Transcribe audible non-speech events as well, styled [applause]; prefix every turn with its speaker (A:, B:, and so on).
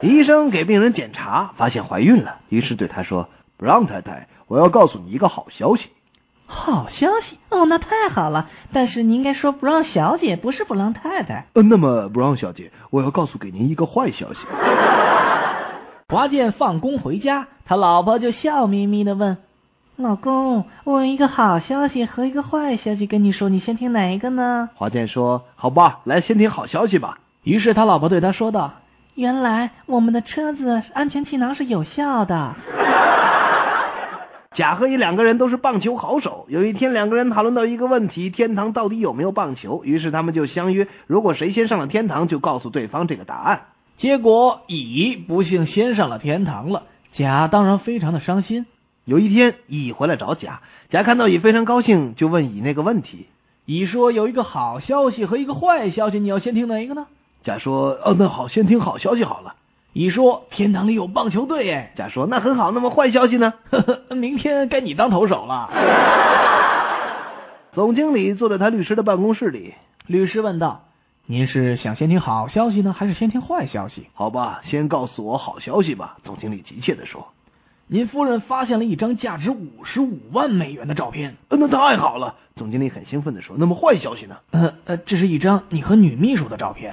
A: 医生给病人检查，发现怀孕了，于是对她说：“布朗太太，我要告诉你一个好消息。
B: 好消息哦，那太好了。但是你应该说布朗小姐，不是布朗太太。
A: 呃，那么布朗小姐，我要告诉给您一个坏
B: [laughs]
A: 消息。
C: 华健放工回家，他老婆就笑眯眯的问
B: 老公，我有一个好消息和一个坏消息跟你说，你先听哪一个呢？
A: 华健说：“好吧，来先听好消息吧。”
C: 于是他老婆对他说道
B: 原来我们的车子安全气囊是有效的。
A: 甲和乙两个人都是棒球好手。有一天，两个人讨论到一个问题：天堂到底有没有棒球？于是他们就相约，如果谁先上了天堂，就告诉对方这个答案。：“
C: 结果乙不幸先上了天堂了。”甲当然非常的伤心。
A: 有一天，乙回来找甲，甲看到乙非常高兴，就问乙那个问题。
C: 乙说：“有一个好消息和一个坏消息，你要先听哪一个呢
A: 甲说：“哦，那好，先听好消息好了。？”
C: 乙说：“天堂里有棒球队， [laughs] 哎，”
A: 甲说：“那很好，那么坏消息呢
C: 呵呵，明天该你当投手了。？”
A: 总经理坐在他律师的办公室里。”
C: 律师问道：“您是想先听好消息呢，还是先听坏消息
A: 好吧，先告诉我好消息吧。”总经理急切地说。？”
C: 您夫人发现了一张价值五十五万美元的照片。
A: 呃那太好了！总经理很兴奋地说。那么坏消息呢？
C: 呃呃，这是一张你和女秘书的照片。